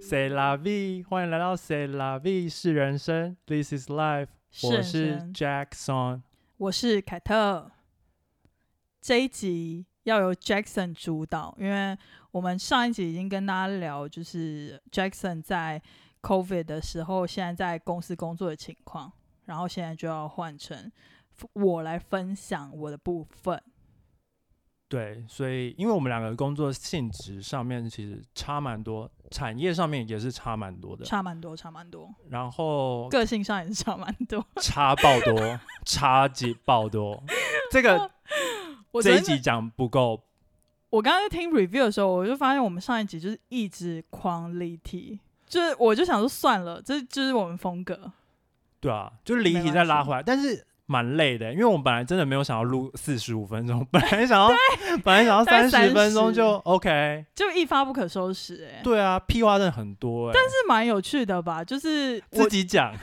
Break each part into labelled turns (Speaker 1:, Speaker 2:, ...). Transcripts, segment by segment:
Speaker 1: Say la vie，欢迎来到 Say la vie 是人生，This is life。我是
Speaker 2: 人
Speaker 1: Jackson，
Speaker 2: 我是凯特。这一集要由 Jackson 主导，因为我们上一集已经跟大家聊，就是 Jackson 在 COVID 的时候，现在在公司工作的情况，然后现在就要换成我来分享我的部分。
Speaker 1: 对，所以因为我们两个工作性质上面其实差蛮多，产业上面也是差蛮多的，
Speaker 2: 差蛮多，差蛮多，
Speaker 1: 然后
Speaker 2: 个性上也是差蛮多。
Speaker 1: 差爆 多，差几爆多。这个
Speaker 2: 我
Speaker 1: 这一
Speaker 2: 真的
Speaker 1: 集讲不够，
Speaker 2: 我刚刚在听 review 的时候，我就发现我们上一集就是一直狂离题，就是我就想说算了，这就是我们风格。
Speaker 1: 对啊，就是离
Speaker 2: 没
Speaker 1: 题
Speaker 2: 关
Speaker 1: 再拉
Speaker 2: 系
Speaker 1: 回来，但是蛮累的，因为我们本来真的没有想要录四十五分钟， 本来想要本来想要
Speaker 2: 大
Speaker 1: 三
Speaker 2: 概
Speaker 1: 十分钟
Speaker 2: 30
Speaker 1: 就 OK。
Speaker 2: 就一发不可收拾、欸，哎，
Speaker 1: 对啊，屁话真的很多哎、但
Speaker 2: 是蛮有趣的吧？就是
Speaker 1: 自
Speaker 2: 我
Speaker 1: 己讲，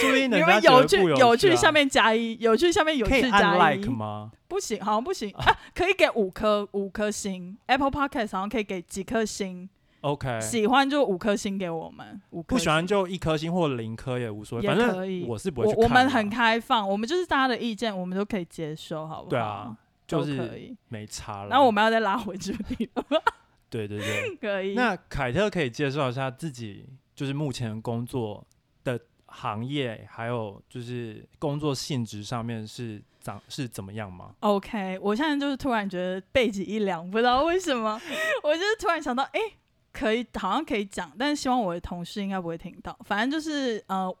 Speaker 1: 注意
Speaker 2: 你
Speaker 1: 人家
Speaker 2: 们
Speaker 1: 觉得
Speaker 2: 有趣
Speaker 1: 不
Speaker 2: 有
Speaker 1: 趣啊
Speaker 2: 趣下面加一，有趣下面有
Speaker 1: 可以
Speaker 2: 趣加
Speaker 1: 按
Speaker 2: 一
Speaker 1: like，吗？
Speaker 2: 不行，好像不行啊，可以给五颗五颗星，Apple Podcast 好像可以给几颗星，
Speaker 1: OK，
Speaker 2: 喜欢就五颗星给我们，五颗
Speaker 1: 哎不喜欢
Speaker 2: 星
Speaker 1: 就一颗星或零颗也无所谓，
Speaker 2: 也
Speaker 1: 反
Speaker 2: 可以
Speaker 1: 正我是不会
Speaker 2: 我
Speaker 1: 去
Speaker 2: 我
Speaker 1: 看啊
Speaker 2: 们
Speaker 1: 啦
Speaker 2: 很开放，我们就是大家的意见，我们都可以接受，好不好？
Speaker 1: 对啊，就
Speaker 2: 都可
Speaker 1: 是
Speaker 2: 以。
Speaker 1: 没差了。
Speaker 2: 那我们要再拉回主题了吗，
Speaker 1: 对对对，
Speaker 2: 可以。
Speaker 1: 那凯特可以介绍一下自己，就是目前工作的行业，还有就是工作性质上面是长是怎么样吗？
Speaker 2: OK，我现在就是突然觉得背脊一凉，不知道为什么，我就是突然想到，哎、可以，好像可以讲，但是希望我的同事应该不会听到。反正就是呃，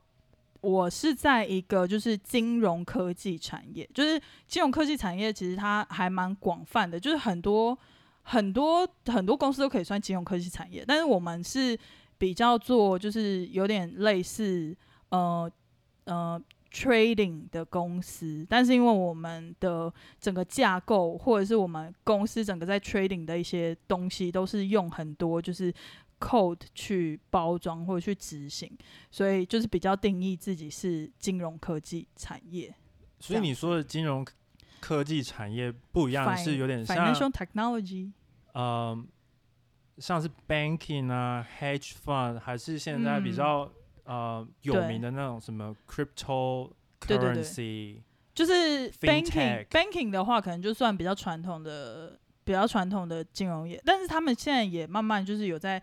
Speaker 2: 我是在一个就是金融科技产业，就是金融科技产业其实它还蛮广泛的，就是很多很多很多公司都可以算金融科技产业，但是我们是比较做就是有点类似呃呃 trading 的公司，但是因为我们的整个架构或者是我们公司整个在 trading 的一些东西，都是用很多就是 code 去包装或者去执行，所以就是比较定义自己是金融科技产业，
Speaker 1: 所以你说的金融科技产业不一样，
Speaker 2: Fin-
Speaker 1: 是有点像
Speaker 2: financial technology。
Speaker 1: 呃，像是 banking 啊、hedge fund，还是现在比
Speaker 2: 嗯
Speaker 1: 较、呃有
Speaker 2: 对
Speaker 1: 名的那种什么 crypto
Speaker 2: 对对对
Speaker 1: currency，
Speaker 2: 就是
Speaker 1: Fintech
Speaker 2: banking banking 的话，可能就算比较传统的、比较传统的金融业，但是他们现在也慢慢就是有在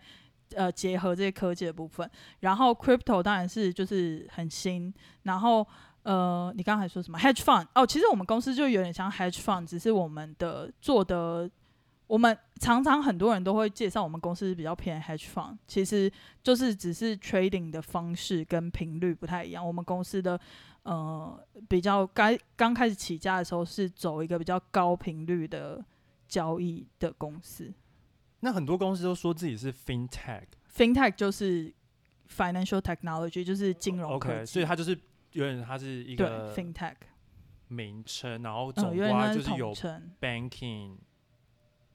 Speaker 2: 呃结合这些科技的部分。然后 crypto 当然是就是很新，然后呃，你刚才说什么 hedge fund？哦，其实我们公司就有点像 hedge fund，只是我们的做的。我们常常很多人都会介绍我们公司比较偏 hedge fund，其实就是只是 trading 的方式跟频率不太一样。我们公司的呃比较该刚开始起家的时候是走一个比较高频率的交易的公司
Speaker 1: 那很多公司都说自己是 fintech，
Speaker 2: ，FinTech 就是 financial technology，就是金融科
Speaker 1: OK，
Speaker 2: 技，
Speaker 1: 所以它就是有点它是一
Speaker 2: 对
Speaker 1: 个
Speaker 2: FinTech，
Speaker 1: 名称，然后
Speaker 2: 嗯，
Speaker 1: 总
Speaker 2: 有点
Speaker 1: 瓜
Speaker 2: 像
Speaker 1: 就是是
Speaker 2: 统
Speaker 1: 有
Speaker 2: 称，
Speaker 1: banking，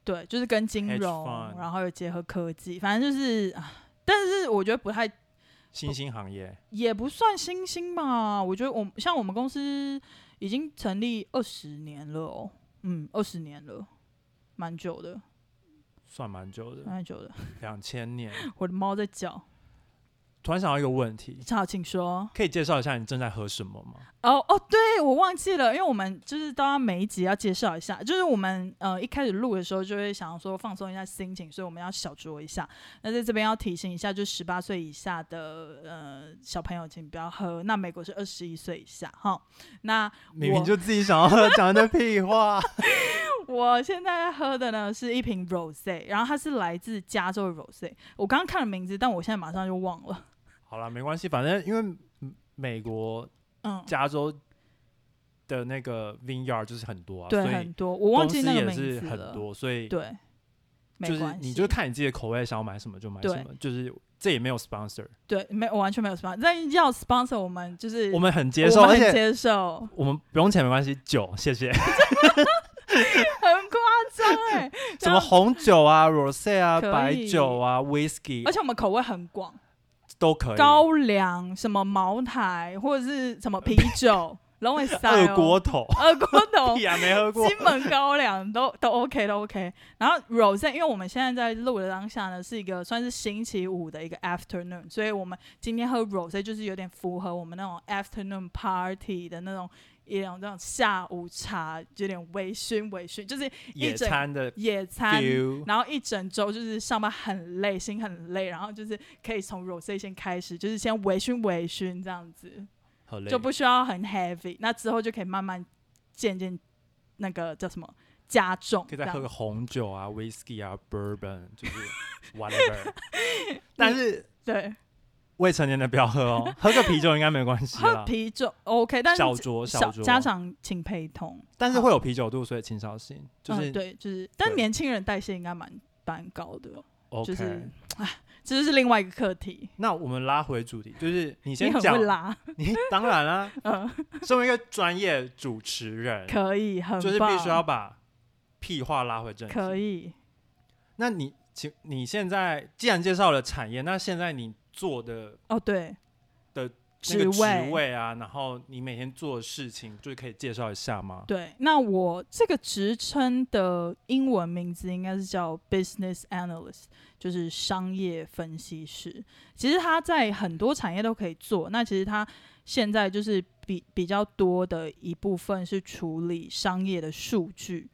Speaker 2: 对，就是跟金
Speaker 1: hedge
Speaker 2: 融
Speaker 1: fund，
Speaker 2: 然后又结合科技，反正就是，啊但是我觉得不太
Speaker 1: 新兴行业，
Speaker 2: 也不算新兴吧。我觉得我们像我们公司已经成立二十年了哦，嗯，二十年了，蛮久的，
Speaker 1: 算蛮久的，
Speaker 2: 蛮久的。
Speaker 1: 两千年。
Speaker 2: 我的猫在叫，
Speaker 1: 突然想到一个问题，
Speaker 2: 好，请说。
Speaker 1: 可以介绍一下你正在喝什么吗？
Speaker 2: 哦哦，对我忘记了，因为我们就是都要每一集要介绍一下，就是我们呃一开始录的时候就会想要说放松一下心情，所以我们要小酌一下。那在这边要提醒一下，就十八岁以下的呃小朋友，请不要喝。那美国是二十一岁以下哈。那
Speaker 1: 明明
Speaker 2: 我
Speaker 1: 就自己想要喝，讲的屁话。
Speaker 2: 我现在喝的呢是一瓶 rose，然后它是来自加州的 rose。我刚刚看了名字，但我现在马上就忘了。
Speaker 1: 好啦，没关系，反正因为嗯美国
Speaker 2: 嗯，
Speaker 1: 加州的那个 vineyard 就是很多啊，
Speaker 2: 对，
Speaker 1: 所
Speaker 2: 很
Speaker 1: 以
Speaker 2: 多，我忘
Speaker 1: 公
Speaker 2: 记
Speaker 1: 司
Speaker 2: 那个
Speaker 1: 也
Speaker 2: 名
Speaker 1: 是
Speaker 2: 字
Speaker 1: 很
Speaker 2: 了。
Speaker 1: 多，所以
Speaker 2: 对，没
Speaker 1: 就是
Speaker 2: 关系。
Speaker 1: 你就看你自己的口味，想要买什么就买
Speaker 2: 对
Speaker 1: 什么，就是这也没有 sponsor，
Speaker 2: 对，没我完全没有 sponsor，但要 sponsor 我们就是
Speaker 1: 我
Speaker 2: 们
Speaker 1: 们很接受，而
Speaker 2: 很
Speaker 1: 且
Speaker 2: 接受，
Speaker 1: 我们不用钱没关系，酒谢谢，
Speaker 2: 很夸张哎，
Speaker 1: 什么红酒啊、rosé 啊、
Speaker 2: 可以
Speaker 1: 白酒啊、whisky
Speaker 2: 而且我们口味很广，
Speaker 1: 都可以，
Speaker 2: 高粱、什么茅台或者是什么啤酒， 龙尾塞哦
Speaker 1: 二锅头，
Speaker 2: 二锅头
Speaker 1: 屁呀，没喝 过。
Speaker 2: 金门高粱都都 OK 都 OK。然后 Rose，因为我们现在在录的当下呢，是一个算是星期五的一个 afternoon，所以我们今天喝 Rose 就是有点符合我们那种 afternoon party 的那种一种那种下午茶，有点微醺微醺，就是
Speaker 1: 野餐的
Speaker 2: 野餐。
Speaker 1: feel，
Speaker 2: 然后一整周就是上班很累，心很累，然后就是可以从 rose 先开始，就是先微醺微醺这样子。
Speaker 1: 好累，
Speaker 2: 就不需要很 heavy，那之后就可以慢慢渐渐那个叫什么加重，
Speaker 1: 可以
Speaker 2: 这
Speaker 1: 再
Speaker 2: 样
Speaker 1: 喝个红酒啊，whisky 啊，bourbon，就是 whatever。但是
Speaker 2: 对，
Speaker 1: 未成年的不要喝 哦，喝个啤酒应该没关系
Speaker 2: 喝
Speaker 1: 啦。
Speaker 2: 啤酒 OK，但是
Speaker 1: 啊小酌
Speaker 2: 小
Speaker 1: 小酌，
Speaker 2: 家长请陪同，
Speaker 1: 但是会有啤酒肚，所以请小心。就
Speaker 2: 嗯、
Speaker 1: 是
Speaker 2: 对，就是但
Speaker 1: 对
Speaker 2: 年轻人代谢应该蛮蛮高的，哦就是
Speaker 1: OK。
Speaker 2: 这就是另外一个课题。
Speaker 1: 那我们拉回主题，就是你
Speaker 2: 你
Speaker 1: 先
Speaker 2: 很
Speaker 1: 讲
Speaker 2: 会，拉，
Speaker 1: 你当然啦，
Speaker 2: 嗯，
Speaker 1: 身为一个专业主持人，
Speaker 2: 可以，很棒，
Speaker 1: 就是必须要把屁话拉回正题。
Speaker 2: 可以。
Speaker 1: 那你请你现在既然介绍了产业，那现在你做的
Speaker 2: 哦，对
Speaker 1: 的那
Speaker 2: 职
Speaker 1: 个职
Speaker 2: 位，
Speaker 1: 位啊，然后你每天做的事情，就是可以介绍一下吗？
Speaker 2: 对，那我这个职称的英文名字应该是叫 business analyst，就是商业分析师。其实它在很多产业都可以做。那其实它现在就是比比较多的一部分是处理商业的数据，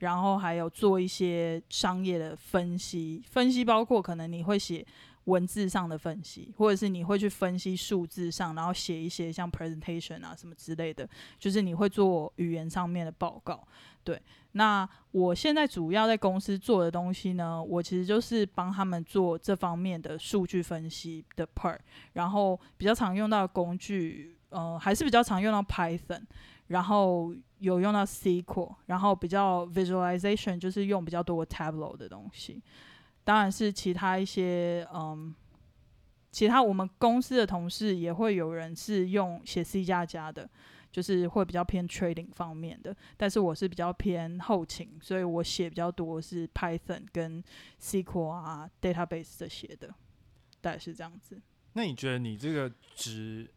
Speaker 2: 然后还有做一些商业的分析。分析包括可能你会写文字上的分析，或者是你会去分析数字上，然后写一些像 presentation 啊什么之类的。就是你会做语言上面的报告。对，那我现在主要在公司做的东西呢，我其实就是帮他们做这方面的数据分析的 part，然后比较常用到的工具，呃，还是比较常用到 Python，然后有用到 SQL，然后比较 visualization 就是用比较多 Tableau 的东西，当然是其他一些嗯。其他我们公司的同事也会有人是用写 C 加加的，就是会比较偏 trading 方面的，但是我是比较偏后勤，所以我写比较多是 Python 跟 SQL 啊 database 这些的，大概是这样子。
Speaker 1: 那你觉得你这个职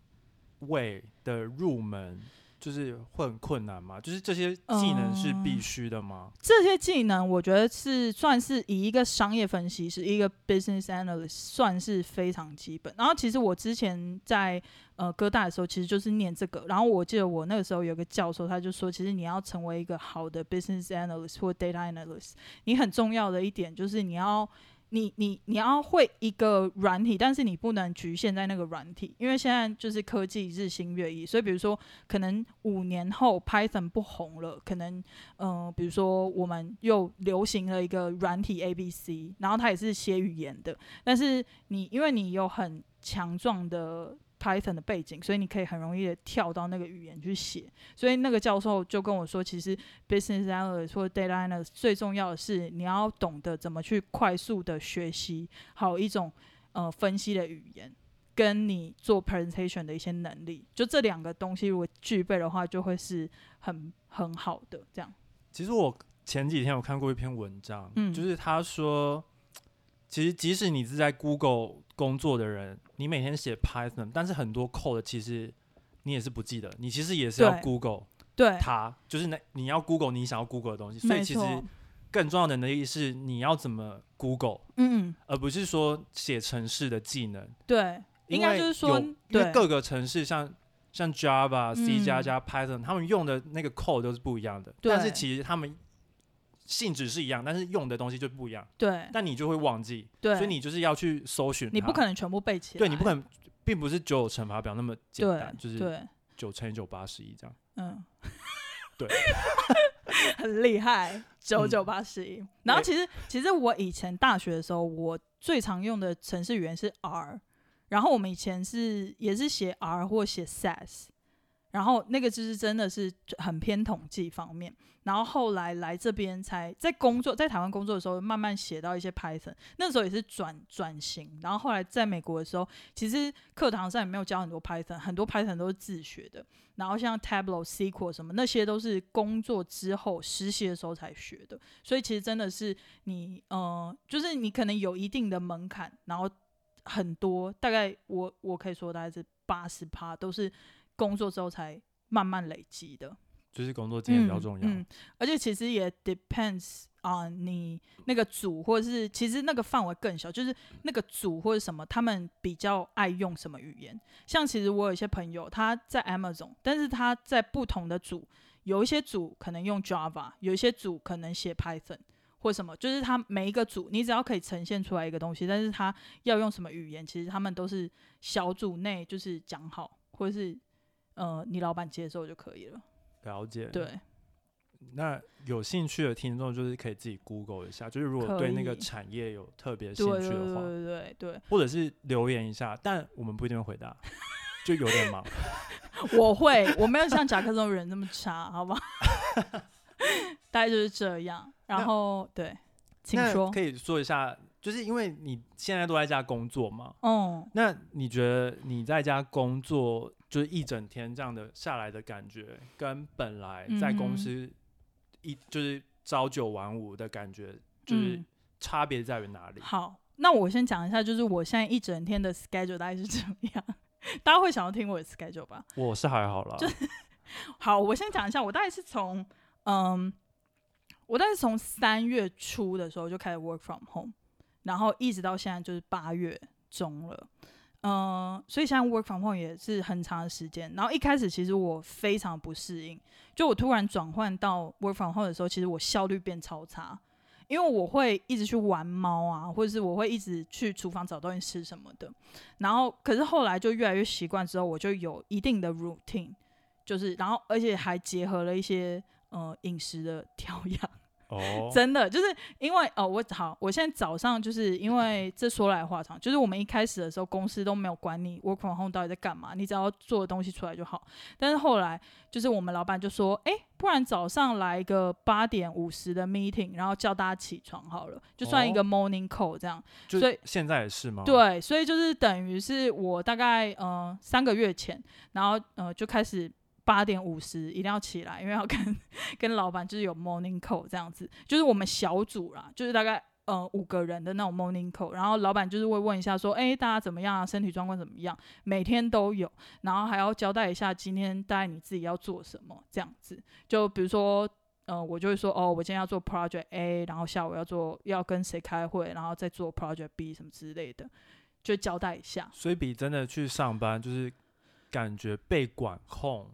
Speaker 1: 位的入门就是会很困难吗？就是这些技能是
Speaker 2: 嗯
Speaker 1: 必须的吗？
Speaker 2: 这些技能我觉得是算是以一个商业分析师、一个 business analyst 算是非常基本。然后其实我之前在呃哥大的时候，其实就是念这个。然后我记得我那个时候有个教授，他就说，其实你要成为一个好的 business analyst 或 data analyst，你很重要的一点就是你要。你你你要会一个软体，但是你不能局限在那个软体，因为现在就是科技日新月异，所以比如说可能五年后 Python 不红了，可能嗯，比如说我们又流行了一个软体 A B C，然后它也是写语言的，但是你因为你有很强壮的 Python 的背景，所以你可以很容易的跳到那个语言去写。所以那个教授就跟我说，其实 business analyst 或 data analyst 最重要的是你要懂得怎么去快速的学习好一种呃分析的语言。跟你做 presentation 的一些能力，就这两个东西，如果具备的话，就会是很很好的这样。
Speaker 1: 其实我前几天有看过一篇文章，
Speaker 2: 嗯
Speaker 1: 就是他说，其实即使你是在 Google 工作的人，你每天写 Python，但是很多 code 其实你也是不记得，你其实也是要
Speaker 2: 对
Speaker 1: Google
Speaker 2: 对，
Speaker 1: 它，就是那你要 Google 你想要 Google 的东西，所以
Speaker 2: 没
Speaker 1: 其实
Speaker 2: 错，
Speaker 1: 更重要的能力是你要怎么 Google，
Speaker 2: 嗯，
Speaker 1: 而不是说写程式的技能。
Speaker 2: 对，应
Speaker 1: 因
Speaker 2: 该
Speaker 1: 为
Speaker 2: 就是说
Speaker 1: 有因，为
Speaker 2: 对，
Speaker 1: 各个城市像像 Java、C
Speaker 2: 嗯
Speaker 1: 加加、Python，他们用的那个 code 都是不一样的，
Speaker 2: 对
Speaker 1: 但是其实他们性质是一样，但是用的东西就不一样，
Speaker 2: 对，
Speaker 1: 但你就会忘记，
Speaker 2: 对，
Speaker 1: 所以你就是要去搜寻它，
Speaker 2: 你不可能全部背起来，
Speaker 1: 对你不可能，并不是九九乘法表那么简单，
Speaker 2: 对，
Speaker 1: 就是
Speaker 2: 对，
Speaker 1: 九乘以九八十一这样。
Speaker 2: 嗯，
Speaker 1: 对，
Speaker 2: 很厉害，九九八十一。然后其实其实我以前大学的时候，我最常用的程式语言是 R，然后我们以前是也是写 R 或写 SAS。然后那个就是真的是很偏统计方面，然后后来来这边才在工作，在台湾工作的时候慢慢写到一些 Python，那时候也是转转型，然后后来在美国的时候，其实课堂上也没有教很多 Python，很多 Python 都是自学的，然后像 Tableau、SQL 什么那些都是工作之后实习的时候才学的，所以其实真的是你呃，就是你可能有一定的门槛，然后很多大概我我可以说大概是八十趴都是工作之后才慢慢累积的。
Speaker 1: 就是工作经验比较
Speaker 2: 嗯
Speaker 1: 重要。
Speaker 2: 嗯而且其实也 depends on 你那个组，或者是其实那个范围更小，就是那个组或者什么，他们比较爱用什么语言。像其实我有一些朋友，他在 Amazon，但是他在不同的组，有一些组可能用 Java，有一些组可能写 Python。或什么，就是他每一个组，你只要可以呈现出来一个东西，但是他要用什么语言，其实他们都是小组内就是讲好，或者是呃你老板接受就可以了。
Speaker 1: 了解。，嗯
Speaker 2: 对，
Speaker 1: 那有兴趣的听众就是可以自己 Google 一下，就是如果对那个
Speaker 2: 可以
Speaker 1: 产业有特别兴
Speaker 2: 对对
Speaker 1: 趣的话，
Speaker 2: 对对对
Speaker 1: 或者是留言一下，但我们不一定会回答，就有点忙。
Speaker 2: 对， 我会，我没有像甲克这种人那么差，好吧？ 大概就是这样。
Speaker 1: 那
Speaker 2: 然后对，请
Speaker 1: 那
Speaker 2: 说。
Speaker 1: 可以说一下，就是因为你现在都在家工作嘛，
Speaker 2: 嗯，
Speaker 1: 那你觉得你在家工作就是一整天这样的下来的感觉，跟本来在
Speaker 2: 嗯哼
Speaker 1: 公司一、就是朝九晚五的感觉，就是
Speaker 2: 嗯
Speaker 1: 差别在于哪 里？
Speaker 2: 好，那我先讲一下，就是我现在一整天的 schedule 大概是怎么样。 大家会想要听我的 schedule 吧？
Speaker 1: 我是还好啦，
Speaker 2: 好，我先讲一下，我大概是从嗯，我大概是从三月初的时候就开始 work from home，然后一直到现在就是八月中了。嗯，所以现在 work from home 也是很长的时间。然后一开始其实我非常不适应，就我突然转换到 work from home 的时候，其实我效率变超差，因为我会一直去玩猫啊，或者是我会一直去厨房找东西吃什么的。然后可是后来就越来越习惯之后，我就有一定的 routine，就是，然后而且还结合了一些呃饮食的调养，
Speaker 1: 哦，
Speaker 2: 真的就是因为哦，我好，我现在早上就是因为这说来话长，就是我们一开始的时候公司都没有管你 work from home 到底在干嘛，你只要做的东西出来就好。但是后来就是我们老板就说，哎，不然早上来一个八点五十的 meeting，然后叫大家起床好了，就算一
Speaker 1: 哦
Speaker 2: 个 morning call 这样。
Speaker 1: 就
Speaker 2: 所以
Speaker 1: 现在也是吗？，
Speaker 2: 对，啊所以就是等于是我大概呃三个月前，然后呃就开始八点五十一定要起来，因为要跟跟老板就是有 morning call 这样子，就是我们小组啦，就是大概。呃，五个人的那种 morning call，然后老板就是会问一下说，哎，大家怎么样啊？身体状况怎么样？每天都有，然后还要交代一下今天大概你自己要做什么这样子。就比如说，呃，我就会说，哦，我今天要做 project A，然后下午要做要跟谁开会，然后再做 project B 什么之类的。就交代一下。
Speaker 1: 所以比真的去上班就是感觉被管控，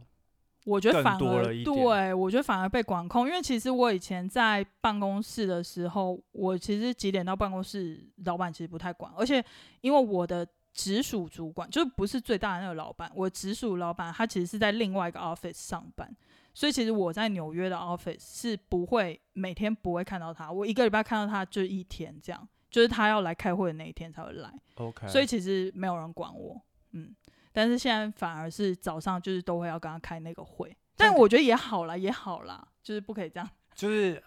Speaker 2: 我觉得
Speaker 1: 更
Speaker 2: 反
Speaker 1: 多了
Speaker 2: 而
Speaker 1: 一点
Speaker 2: 对我觉得反而被管控，因为其实我以前在办公室的时候，我其实几点到办公室，老板其实不太管，而且因为我的直属主管就是不是最大的那个老板，我直属老板他其实是在另外一个 office 上班，所以其实我在纽约的 office 是不会每天不会看到他，我一个礼拜看到他就一天这样，就是他要来开会的那一天才会来。
Speaker 1: OK，
Speaker 2: 所以其实没有人管我，嗯，但是现在反而是早上就是都会要跟他开那个会，但我觉得也好啦，也好啦，就是不可以这样，
Speaker 1: 就是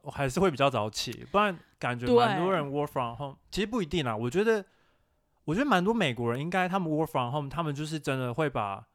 Speaker 1: 我还是会比较早起，不然感觉
Speaker 2: 对
Speaker 1: 蛮多人 work from home，其实不一定啦。我觉得，我觉得蛮多美国人应该他们 work from home，他们就是真的会把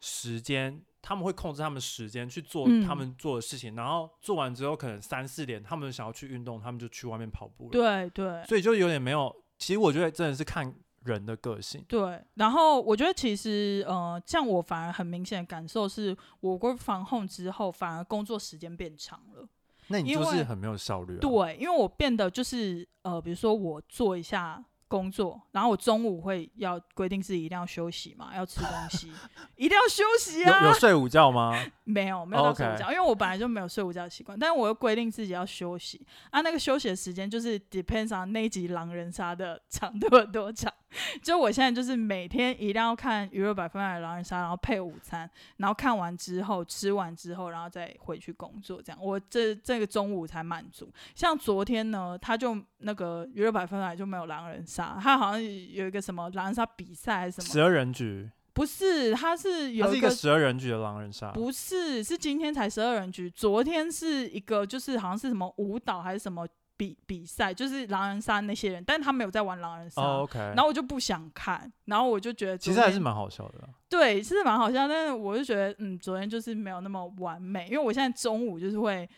Speaker 1: 时间，他们会控制他们时间去做
Speaker 2: 嗯
Speaker 1: 他们做的事情，然后做完之后可能三四点，他们想要去运动，他们就去外面跑步了。
Speaker 2: 对对
Speaker 1: 所以就有点没有。其实我觉得真的是看人的个性。
Speaker 2: 对。然后我觉得其实呃，像我反而很明显的感受是，我过防控之后，反而工作时间变长了。
Speaker 1: 那你就
Speaker 2: 因为
Speaker 1: 是很没有效率、啊。
Speaker 2: 对，因为我变得就是呃，比如说我做一下工作，然后我中午会要规定自己一定要休息嘛，要吃东 西，一定要休息啊。
Speaker 1: 有有睡午觉 吗？
Speaker 2: 没有，没有到睡午
Speaker 1: 哦 OK
Speaker 2: 觉因为我本来就没有睡午觉的习惯，但是我又规定自己要休息啊。那个休息的时间就是 depends on 那一集《狼人杀》的长度有多长。 就我现在就是每天一定要看娱乐百分百的《狼人杀》，然后配午餐，然后看完之后吃完之后，然后再回去工作。这样，我这这个中午才满足。像昨天呢，他就那个娱乐百分百就没有狼人杀，他好像有一个什么狼人杀比赛还是什
Speaker 1: 十
Speaker 2: 么，
Speaker 1: 二人局，
Speaker 2: 不是，他是
Speaker 1: 它
Speaker 2: 有
Speaker 1: 是一
Speaker 2: 一个
Speaker 1: 个十二人局的狼人杀。
Speaker 2: 不是，是今天才十二人局，昨天是一个就是好像是什么舞蹈还是什么比比赛，就是狼人杀那些人，但他没有在玩狼人杀。
Speaker 1: 哦 OK，
Speaker 2: 然后我就不想看，然后我就觉得
Speaker 1: 其
Speaker 2: 昨
Speaker 1: 实还
Speaker 2: 天
Speaker 1: 是蛮好笑的啊。
Speaker 2: 对，是蛮好笑，但是我就觉得嗯，昨天就是没有那么完美，因为我现在中午就是会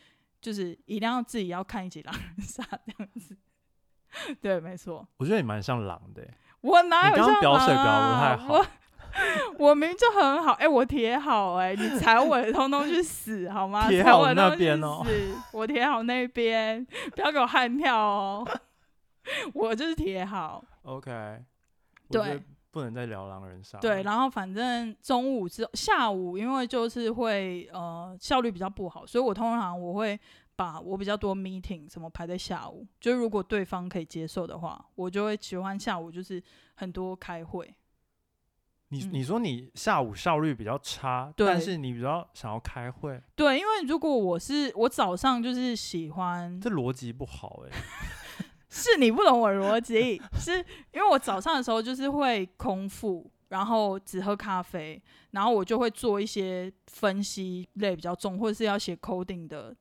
Speaker 2: 就是一定要自己要看一集狼人杀这样子。 对，没错，
Speaker 1: 我觉得你蛮像狼的欸、
Speaker 2: 我哪
Speaker 1: 你
Speaker 2: 有
Speaker 1: 刚刚
Speaker 2: 像
Speaker 1: 表水
Speaker 2: 狼
Speaker 1: 表得不
Speaker 2: 啊
Speaker 1: 太好
Speaker 2: 我我 明明就很好，哎、我铁好、哎，你踩我的通通去死好吗？
Speaker 1: 铁
Speaker 2: 踩
Speaker 1: 好
Speaker 2: 我的
Speaker 1: 那
Speaker 2: 通通去
Speaker 1: 边哦
Speaker 2: 死，我铁好那边， 不要给我悍跳哦， 我就是铁好。
Speaker 1: OK，我
Speaker 2: 对
Speaker 1: 觉得不能再聊狼人杀。
Speaker 2: 对，，然后反正中午之后下午，因为就是会呃效率比较不好，所以我通常我会把我比较多 meeting 什么排在下午，就如果对方可以接受的话，我就会喜欢下午就是很多开会。
Speaker 1: 你
Speaker 2: 嗯
Speaker 1: 你说你下午效率比较差，
Speaker 2: 对
Speaker 1: 但是你比较想要开会，
Speaker 2: 对，因为如果我是我早上就是喜欢，
Speaker 1: 这逻辑不好哎、
Speaker 2: 是你不懂我的逻辑，是因为我早上的时候就是会空腹，然后只喝咖啡，然后我就会做一些分析类比较重，或者是要写 coding 的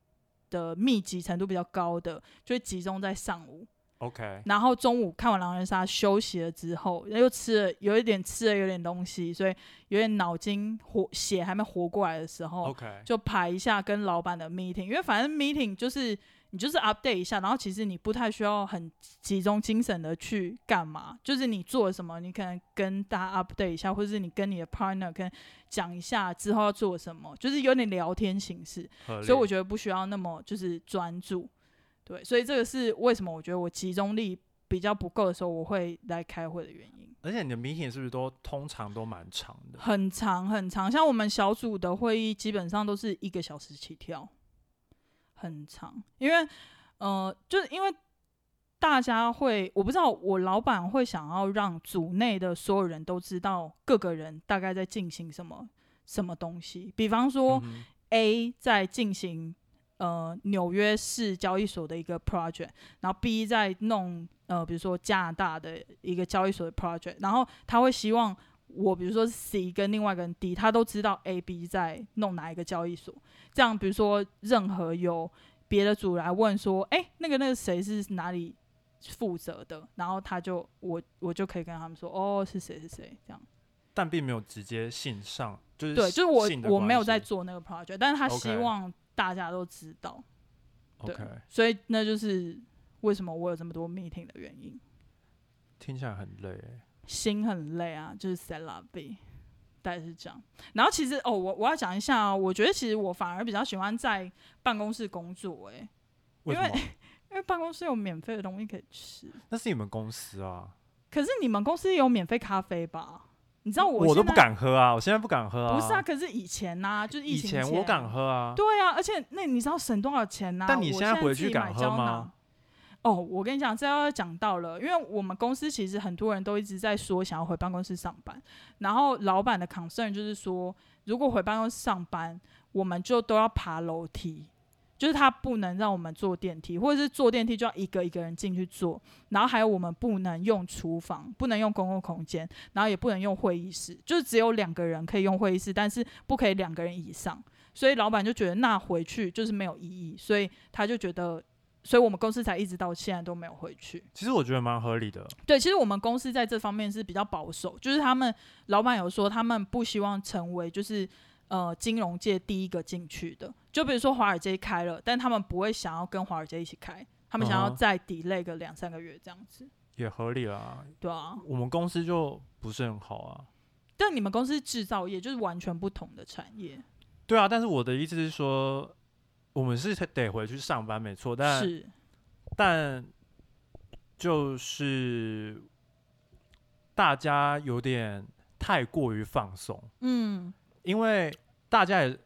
Speaker 2: 的密集程度比较高的，就会集中在上午。
Speaker 1: OK，
Speaker 2: 然后中午看完狼人杀休息了之后，又吃了有一点吃了有点东西，所以有点脑筋活血还没活过来的时候
Speaker 1: OK，
Speaker 2: 哦就排一下跟老板的 meeting，因为反正 meeting 就是你就是 update 一下，然后其实你不太需要很集中精神的去干嘛，就是你做了什么，你可能跟大家 update 一下，或者是你跟你的 partner 跟讲一下之后要做什么，就是有点聊天形式，
Speaker 1: 合
Speaker 2: 所以我
Speaker 1: 理
Speaker 2: 觉得不需要那么就是专注，对，所以这个是为什么我觉得我集中力比较不够的时候，我会来开会的原因。
Speaker 1: 而且你的 meeting 是不是都通常都蛮长的？
Speaker 2: 很长很长，像我们小组的会议基本上都是一个小时起跳，很长。因为呃，就是因为大家会，我不知道我老板会想要让组内的所有人都知道各个人大概在进行什么什么东西。比方说
Speaker 1: 嗯哼
Speaker 2: A 在进行呃纽约市交易所的一个 project，然后 B 在弄呃比如说加拿大的一个交易所的 project，然后他会希望我比如说 C 跟另外一个人 D，他都知道 A、B 在弄哪一个交易所，这样比如说任何有别的组来问说，哎、那个那个谁是哪里负责的，然后他就我我就可以跟他们说，哦是谁是谁这样。
Speaker 1: 但并没有直接信上，就是
Speaker 2: 对，就是我
Speaker 1: 性的
Speaker 2: 我没有
Speaker 1: 关
Speaker 2: 在
Speaker 1: 系
Speaker 2: 做那个 project，但是他希
Speaker 1: OK
Speaker 2: 望大家都知道
Speaker 1: OK，
Speaker 2: 所以那就是为什么我有这么多 meeting 的原因。
Speaker 1: 听起来很累欸。
Speaker 2: 心很累啊，就是 set up B，大概是这样。然后其实哦，我我要讲一下、啊，我觉得其实我反而比较喜欢在办公室工作、欸，
Speaker 1: 为什
Speaker 2: 因为
Speaker 1: 么？
Speaker 2: 因为办公室有免费的东西可以吃。
Speaker 1: 那是你们公司啊，
Speaker 2: 可是你们公司有免费咖啡吧？你知道
Speaker 1: 我
Speaker 2: 我
Speaker 1: 都
Speaker 2: 现
Speaker 1: 不
Speaker 2: 在、
Speaker 1: 敢喝啊，我现在不敢喝啊。
Speaker 2: 不是啊，可是以前呐、就是疫
Speaker 1: 以
Speaker 2: 情
Speaker 1: 前我敢喝啊。
Speaker 2: 对啊，而且那你知道省多少钱呢、
Speaker 1: 但你现
Speaker 2: 我现
Speaker 1: 在回
Speaker 2: 自己
Speaker 1: 去敢
Speaker 2: 买
Speaker 1: 喝
Speaker 2: 胶
Speaker 1: 吗
Speaker 2: 囊？哦，我跟你讲，这要讲到了，因为我们公司其实很多人都一直在说想要回办公室上班，然后老板的 concern 就是说，如果回办公室上班，我们就都要爬楼梯，就是他不能让我们坐电梯，或者是坐电梯就要一个一个人进去坐，然后还有我们不能用厨房，不能用公共空间，然后也不能用会议室，就是只有两个人可以用会议室，但是不可以两个人以上。所以老板就觉得那回去就是没有意义，所以他就觉得，所以我们公司才一直到现在都没有回去。
Speaker 1: 其实我觉得蛮合理的，啊
Speaker 2: 对，其实我们公司在这方面是比较保守，就是他们老板有说他们不希望成为就是呃金融界第一个进去的，就比如说华尔街开了，但他们不会想要跟华尔街一起开，他们想要
Speaker 1: 嗯哼
Speaker 2: 再 delay 个两三个月这样子。
Speaker 1: 也合理啦。
Speaker 2: 对啊，
Speaker 1: 我们公司就不是很好啊。
Speaker 2: 但你们公司制造业就是完全不同的产业，
Speaker 1: 对啊，但是我的意思是说，我们是得回去上班，没错，但
Speaker 2: 是
Speaker 1: 但就是大家有点太过于放松，
Speaker 2: 嗯
Speaker 1: 因为大家也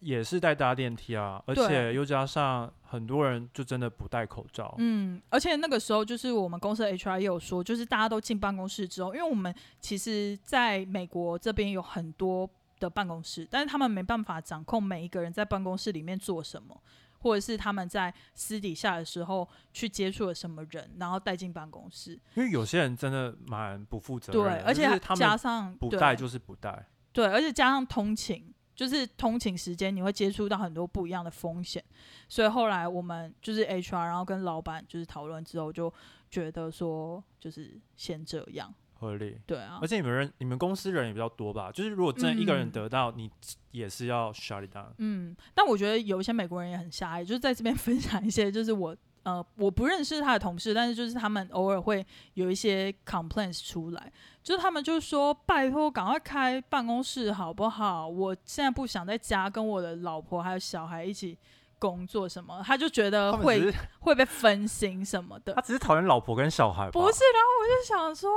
Speaker 1: 也是在搭电梯啊，而
Speaker 2: 对
Speaker 1: 且又加上很多人就真的不戴口罩，
Speaker 2: 嗯，而且那个时候就是我们公司的 HR 也有说，就是大家都进办公室之后，因为我们其实在美国这边有很多的办公室，但是他们没办法掌控每一个人在办公室里面做什么，或者是他们在私底下的时候去接触了什么人，然后带进办公室。
Speaker 1: 因为有些人真的蛮不负责任
Speaker 2: 对，
Speaker 1: 的，
Speaker 2: 而且
Speaker 1: 就是他
Speaker 2: 加
Speaker 1: 们
Speaker 2: 上
Speaker 1: 不
Speaker 2: 对
Speaker 1: 戴就是不戴，
Speaker 2: 对，而且加上通勤，就是通勤时间你会接触到很多不一样的风险，所以后来我们就是 HR，然后跟老板就是讨论之后，就觉得说就是先这样，
Speaker 1: 合理。
Speaker 2: 对啊
Speaker 1: 而，且你们人，你们公司人也比较多吧？就是如果真的一个人
Speaker 2: 嗯
Speaker 1: 得到，你也是要 shut it down。
Speaker 2: 欸 嗯，但我觉得有一些美国人也很狭隘，就是在这边分享一些就是我呃，我不认识他的同事，但是就是他们偶尔会有一些 complaints 出来，就是他们就说拜托赶快开办公室好不好？我现在不想在家跟我的老婆还有小孩一起工作什么，他就觉得
Speaker 1: 他们只
Speaker 2: 呃会
Speaker 1: 是
Speaker 2: 会被分心什么的
Speaker 1: 他。只是讨厌老婆跟小孩吧，
Speaker 2: 不是，然后我就想说，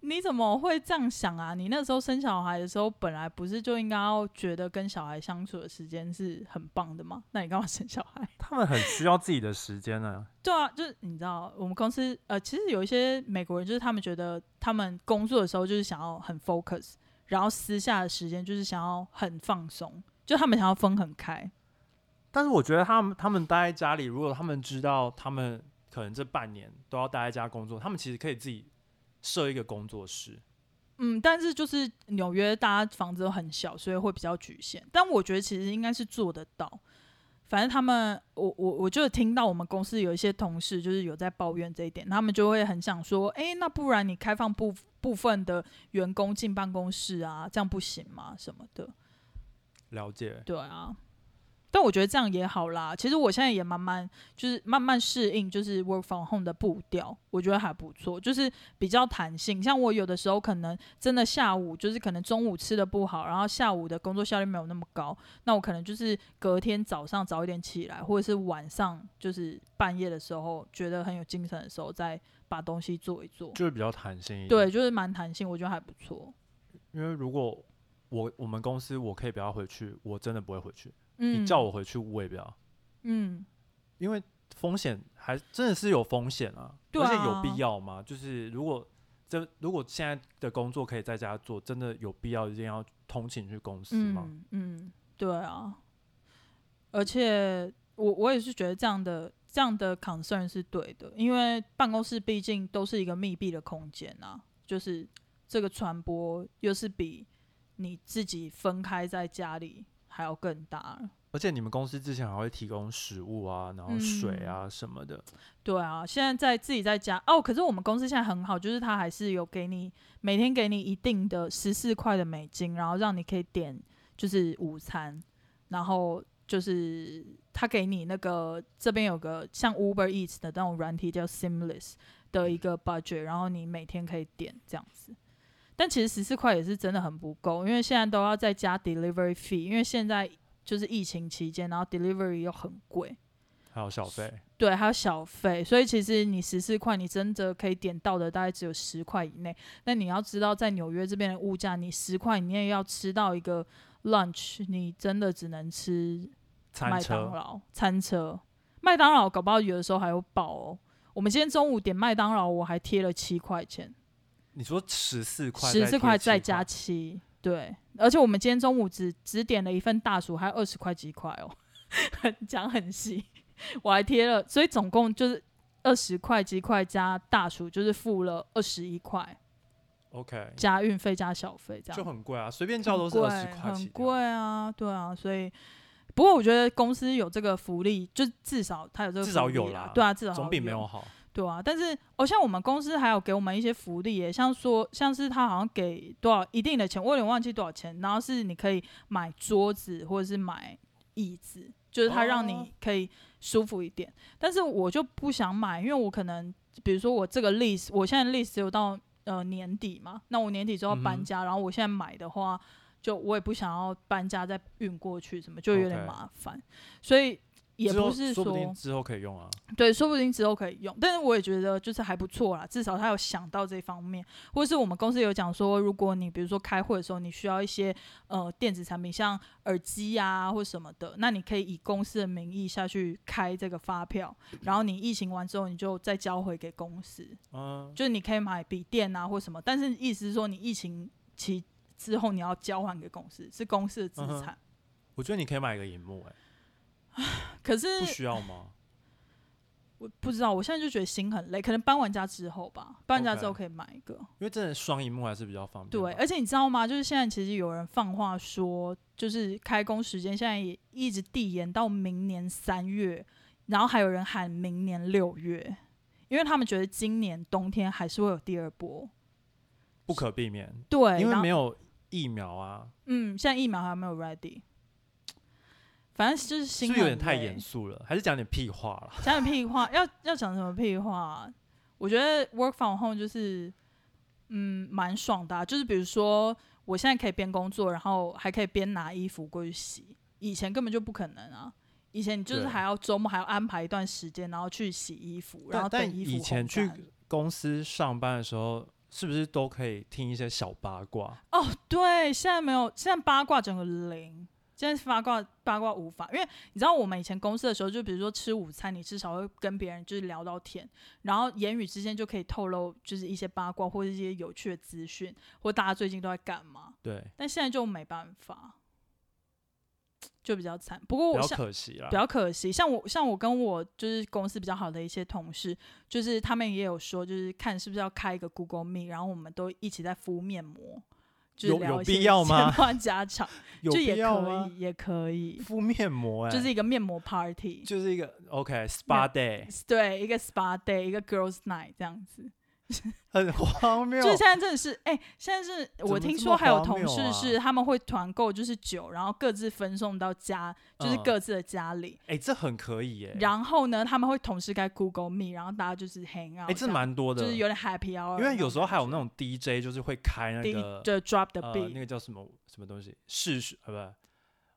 Speaker 2: 你怎么会这样想啊？你那时候生小孩的时候，本来不是就应该要觉得跟小孩相处的时间是很棒的吗？那你干嘛生小孩？
Speaker 1: 他们很需要自己的时间呢、
Speaker 2: 对啊，就是你知道，我们公司呃，其实有一些美国人，就是他们觉得他们工作的时候就是想要很 focus，然后私下的时间就是想要很放松，就他们想要分很开。
Speaker 1: 但是我觉得他们他们待在家里，如果他们知道他们可能这半年都要待在家工作，他们其实可以自己设一个工作室。
Speaker 2: 嗯，但是就是纽约大家房子都很小，所以会比较局限。但我觉得其实应该是做得到。反正他们，我我我就有听到我们公司有一些同事就是有在抱怨这一点，他们就会很想说，诶，那不然你开放部部分的员工进办公室啊，这样不行吗？什么的。
Speaker 1: 了解，
Speaker 2: 对啊，但我觉得这样也好啦。其实我现在也慢慢就是慢慢适应，就是 work from home 的步调，我觉得还不错，就是比较弹性。像我有的时候可能真的下午就是可能中午吃的不好，然后下午的工作效率没有那么高，那我可能就是隔天早上早一点起来，或者是晚上就是半夜的时候觉得很有精神的时候再把东西做一做。
Speaker 1: 就是比较弹性一点。
Speaker 2: 对，，就是蛮弹性，我觉得还不错。
Speaker 1: 因为如果我我们公司我可以不要回去，我真的不会回去。
Speaker 2: 嗯，
Speaker 1: 你叫我，回去，我也不要，
Speaker 2: 嗯，
Speaker 1: 因为风险还真的是有风险啊，
Speaker 2: 对
Speaker 1: 而且有
Speaker 2: 啊
Speaker 1: 必要吗？就是如果这如果现在的工作可以在家做，真的有必要一定要通勤去公司吗？
Speaker 2: 嗯嗯，对啊。而且我我也是觉得这样的这样的 concern 是对的，因为办公室毕竟都是一个密闭的空间啊，就是这个传播又是比你自己分开在家里还要更大。
Speaker 1: 而且你们公司之前还会提供食物啊，然后水
Speaker 2: 嗯
Speaker 1: 啊什么的，
Speaker 2: 对啊，现在在自己在家哦，可是我们公司现在很好，就是它还是有给你每天给你一定的十四块的美金，然后让你可以点就是午餐，然后就是他给你那个这边有个像 Uber Eats 的那种软体叫 Seamless 的一个 budget，然后你每天可以点这样子。但其实十四块也是真的很不够，因为现在都要再加 delivery fee，因为现在就是疫情期间，然后 delivery 又很贵。
Speaker 1: 还有小费。
Speaker 2: 对，还有小费，所以其实你十四块，你真的可以点到的大概只有十块以内。那你要知道，在纽约这边的物价，你十块以内要吃到一个 lunch，你真的只能吃
Speaker 1: 餐
Speaker 2: 麦当
Speaker 1: 车
Speaker 2: 劳餐车。麦当劳搞不好有的时候还会爆哦。我们今天中午点麦当劳，我还贴了七块钱，
Speaker 1: 你说十四块，
Speaker 2: 十四
Speaker 1: 块
Speaker 2: 再加七，对。而且我们今天中午只只点了一份大薯，还有二十块鸡块哦， 很讲很细。我还贴了，所以总共就是二十块鸡块加大薯，就是付了二十一块，
Speaker 1: ，OK，
Speaker 2: 加运费加小费这样
Speaker 1: 就。很贵啊，随便叫都是二
Speaker 2: 很
Speaker 1: 十
Speaker 2: 贵
Speaker 1: 块起
Speaker 2: 很
Speaker 1: 跳
Speaker 2: 贵啊，对啊，所以不过我觉得公司有这个福利，就至少它有这个
Speaker 1: 至少
Speaker 2: 福利
Speaker 1: 有
Speaker 2: 啦
Speaker 1: 啦，
Speaker 2: 对啊，至少
Speaker 1: 总比没有好。
Speaker 2: 对啊，但是哦，像我们公司还有给我们一些福利耶，像说像是他好像给多少一定的钱，我有点忘记多少钱，然后是你可以买桌子或者是买椅子，就是他让
Speaker 1: 哦
Speaker 2: 你可以舒服一点。但是我就不想买，因为我可能比如说我这个 list，我现在 list 只有到呃年底嘛，那我年底就要
Speaker 1: 嗯
Speaker 2: 搬
Speaker 1: 哼
Speaker 2: 家，然后我现在买的话，就我也不想要搬家再运过去，什么就有点
Speaker 1: OK
Speaker 2: 麻烦，所以。也
Speaker 1: 之后
Speaker 2: 不是
Speaker 1: 说不定之后可以用啊。
Speaker 2: 对，说不定之后可以用，但是我也觉得就是还不错啦，至少他有想到这方面，或是我们公司有讲说，如果你比如说开会的时候，你需要一些呃电子产品，像耳机啊或什么的，那你可以以公司的名义下去开这个发票，然后你疫情完之后，你就再交回给公司，
Speaker 1: 嗯，
Speaker 2: 就是你可以买笔电啊或什么，但是意思是说你疫情期之后你要交还给公司，是公司的资
Speaker 1: 嗯哼
Speaker 2: 产，
Speaker 1: 我觉得你可以买一个荧幕、欸，
Speaker 2: 可是
Speaker 1: 不需要吗？
Speaker 2: 我不知道，我现在就觉得心很累，可能搬完家之后吧，搬完家之后
Speaker 1: OK
Speaker 2: 可以买一个。
Speaker 1: 因为真的双荧幕还是比较方便吧。
Speaker 2: 对，而且你知道吗？就是现在其实有人放话说，就是开工时间现在也一直递延到明年三月，然后还有人喊明年六月，因为他们觉得今年冬天还是会有第二波。
Speaker 1: 不可避免，
Speaker 2: 对，
Speaker 1: 因为
Speaker 2: 然后
Speaker 1: 没有疫苗啊。
Speaker 2: 嗯，现在疫苗还没有 ready。反正就
Speaker 1: 是
Speaker 2: 是心
Speaker 1: 不是有点
Speaker 2: 很
Speaker 1: 太
Speaker 2: 累
Speaker 1: 严肃了？还是讲点屁话了？
Speaker 2: 讲点屁话，要要讲什么屁话？我觉得 work from home 就是，嗯，蛮爽的啊、就是比如说，我现在可以边工作，然后还可以边拿衣服过去洗，以前根本就不可能啊。以前你就是
Speaker 1: 对
Speaker 2: 还要周末还要安排一段时间，然后去洗衣服，然后
Speaker 1: 但
Speaker 2: 等
Speaker 1: 但
Speaker 2: 衣服
Speaker 1: 以前
Speaker 2: 烘
Speaker 1: 去
Speaker 2: 干
Speaker 1: 公司上班的时候，是不是都可以听一些小八卦？
Speaker 2: 哦，对，现在没有，现在八卦整个零，现在八卦八卦无法，因为你知道我们以前公司的时候，就比如说吃午餐，你至少会跟别人就是聊到天，然后言语之间就可以透露就是一些八卦或者一些有趣的资讯，或大家最近都在干嘛。
Speaker 1: 对，
Speaker 2: 但现在就没办法，就比较惨。不过
Speaker 1: 比
Speaker 2: 我
Speaker 1: 较
Speaker 2: 像。
Speaker 1: 可惜啦。
Speaker 2: 比较可惜。像我，像我跟我就是公司比较好的一些同事，就是他们也有说，就是看是不是要开一个 Google Meet，然后我们都一起在敷面膜，就是
Speaker 1: 有
Speaker 2: 聊
Speaker 1: 有
Speaker 2: 一些
Speaker 1: 必要吗
Speaker 2: 闲话家常，
Speaker 1: 有
Speaker 2: 就
Speaker 1: 必
Speaker 2: 也
Speaker 1: 要
Speaker 2: 可
Speaker 1: 吗？
Speaker 2: 以，也可以，
Speaker 1: 敷面膜、哎，
Speaker 2: 就是一个面膜 party，
Speaker 1: 就是一个 OK spa day，
Speaker 2: 对，一个 spa day，一个 girls night 这样子。
Speaker 1: 很荒谬。
Speaker 2: 就是现在真的是，哎、现在是我
Speaker 1: 怎么
Speaker 2: 听
Speaker 1: 这
Speaker 2: 说
Speaker 1: 么
Speaker 2: 还有
Speaker 1: 荒
Speaker 2: 同
Speaker 1: 谬
Speaker 2: 事
Speaker 1: 啊
Speaker 2: 是他们会团购，就是酒，然后各自分送到家，就是
Speaker 1: 嗯
Speaker 2: 各自的家里。
Speaker 1: 哎、这很可以耶、哎，
Speaker 2: 然后呢，他们会同时开 Google Meet，然后大家就是 hang out，
Speaker 1: 这
Speaker 2: 样
Speaker 1: 蛮多的，
Speaker 2: 就是有点 happy hour，
Speaker 1: 因为有时候还有那
Speaker 2: 种
Speaker 1: 种 DJ，就是会开那
Speaker 2: 第一
Speaker 1: 个
Speaker 2: 就 drop the
Speaker 1: 呃
Speaker 2: beat、
Speaker 1: 那个叫什么什么东西，试水呃